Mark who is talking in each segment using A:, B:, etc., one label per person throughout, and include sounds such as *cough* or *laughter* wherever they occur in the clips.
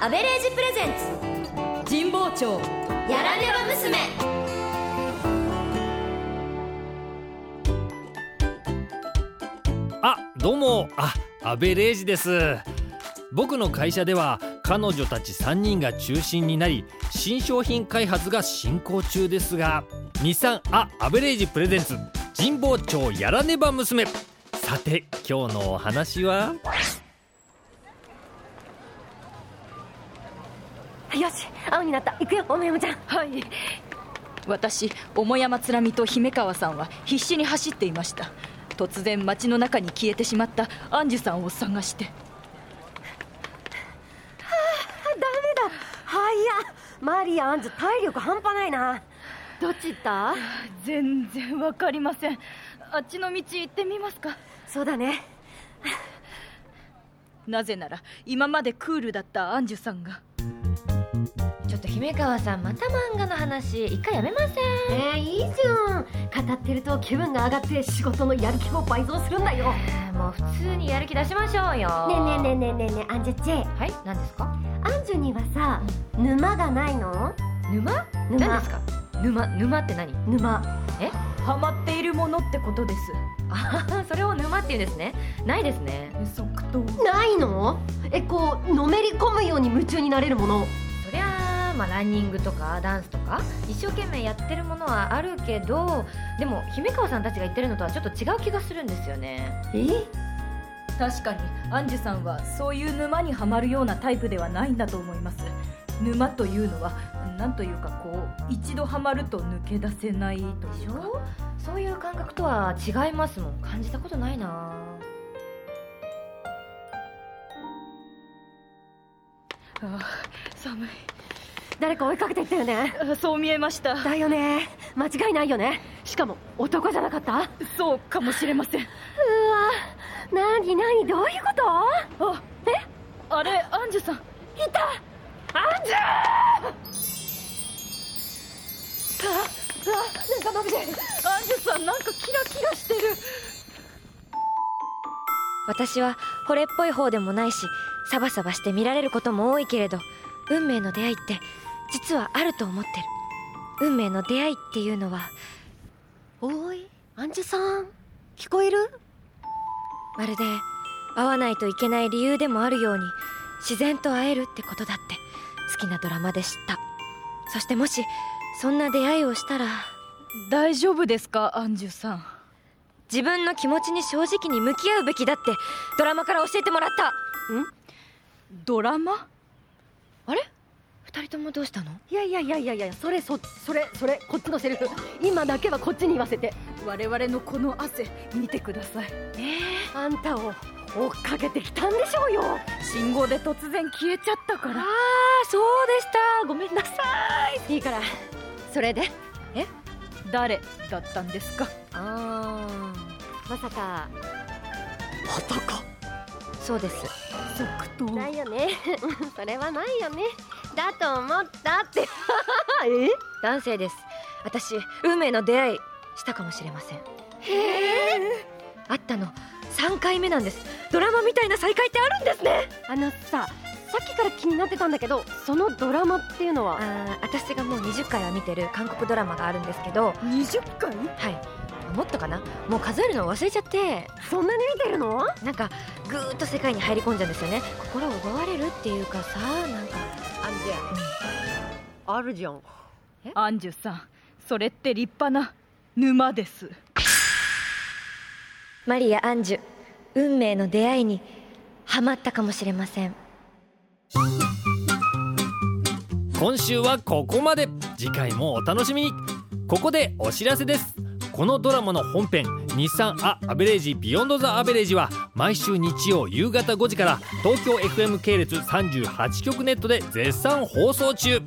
A: アベレージプレゼンツ神保町やらねば娘
B: あどうもあアベレージです僕の会社では彼女たち3人が中心になり新商品開発が進行中ですが日産アアベレージプレゼンツ神保町やらねば娘さて今日のお話は
C: よし青になった行くよおめもちゃん
D: はい私桃山つらみと姫川さんは必死に走っていました突然街の中に消えてしまったアンジュさんを探して
C: ダメだはやマリアアンジュ体力半端ないなどっち行った
D: 全然わかりませんあっちの道行ってみますか
C: そうだね
D: なぜなら今までクールだったアンジュさんが
E: ちょっと姫川さんまた漫画の話一回やめません
C: えー、いいじゃん語ってると気分が上がって仕事のやる気も倍増するんだよね
E: もう普通にやる気出しましょうよ
C: えねえねえねえねえねえアンジュチェ
E: はい何ですか
C: アンジュにはさ沼がないの
E: 沼
C: 沼
E: 何ですか沼沼って何
C: 沼
D: ハマっているものってことです
E: あそれを沼っていうんですねないですね
D: 即答
C: ないのえこうのめり込むように夢中になれるもの
E: そりゃあまあランニングとかダンスとか一生懸命やってるものはあるけどでも姫川さんたちが言ってるのとはちょっと違う気がするんですよね
C: え
D: 確かにアンジュさんはそういう沼にはまるようなタイプではないんだと思います沼というのはなんというかこう一度はまると抜け出せないと
E: で
D: い
E: し
D: うか
E: ょそういう感覚とは違いますもん感じたことないな
D: ああ寒い
C: 誰か追いかけていったよね
D: あそう見えま
E: *laughs*
D: した
C: だよね間違いないよねしかも男じゃなかった
D: そうかもしれません
C: うわなになにどういうこと
D: ああれアンジュさん
C: いたアンジュああなんか伸びてる
D: アンジュさんなんかキラキラしてる
E: 私は惚れっぽい方でもないしサバサバして見られることも多いけれど運命の出会いって実はあると思ってる運命の出会いっていうのは
C: おいアンジュさん聞こえる
E: まるで会わないといけない理由でもあるように自然と会えるってことだって好きなドラマで知ったそしてもしそんな出会いをしたら
D: 大丈夫ですかアンジュさん
E: 自分の気持ちに正直に向き合うべきだってドラマから教えてもらった
D: ドラマ
E: 二人ともどうしたの
C: いやいやいやいやいやそれそそれそれこっちのセリフ今だけはこっちに言わせて
D: 我々のこの汗見てください
C: あんたを追っかけてきたんでしょうよ
D: 信号で突然消えちゃったから
C: あそうでしたごめんなさいいいからそれで
D: 誰だったんですか
E: ああ
C: まさか
E: そうです
D: 即答
C: ないよねそれはないよねだと思った
E: *laughs*
C: ってえ
E: 男性です私運命の出会いしたかもしれませんへえあったの3回目なんですドラマみたいな再会ってあるんですね
C: あのささっきから気になってたんだけどそのドラマっていうのは
E: あー私がもう20回は見てる韓国ドラマがあるんですけど
D: 20回
E: はいもっとかなもう数えるの忘れちゃって
C: そんなに見てるの
E: なんかぐーっと世界に入り込んじゃうんですよね心を奪われるっていうかさなんか
C: あるじゃんあるじゃん
D: アンジュさんそれって立派な沼です
E: マリア・アンジュ運命の出会いにハマったかもしれません
B: 今週はここまで次回もお楽しみにここでお知らせですこのドラマの本編「日産ア・アベレージ・ビヨンド・ザ・アベレージ」は毎週日曜夕方5時から東京 FM 系列38局ネットで絶賛放送中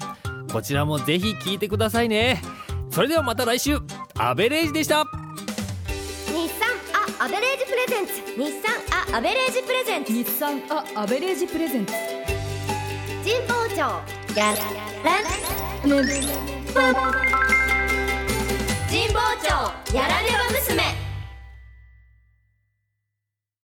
B: こちらもぜひ聞いてくださいねそれではまた来週アベレージでした
A: 日産アアベレージプレゼンツ日産アアベレージプレゼンツ
D: 日産アアベレージプレゼンツ
A: 神保町やらねば神保町やらねば娘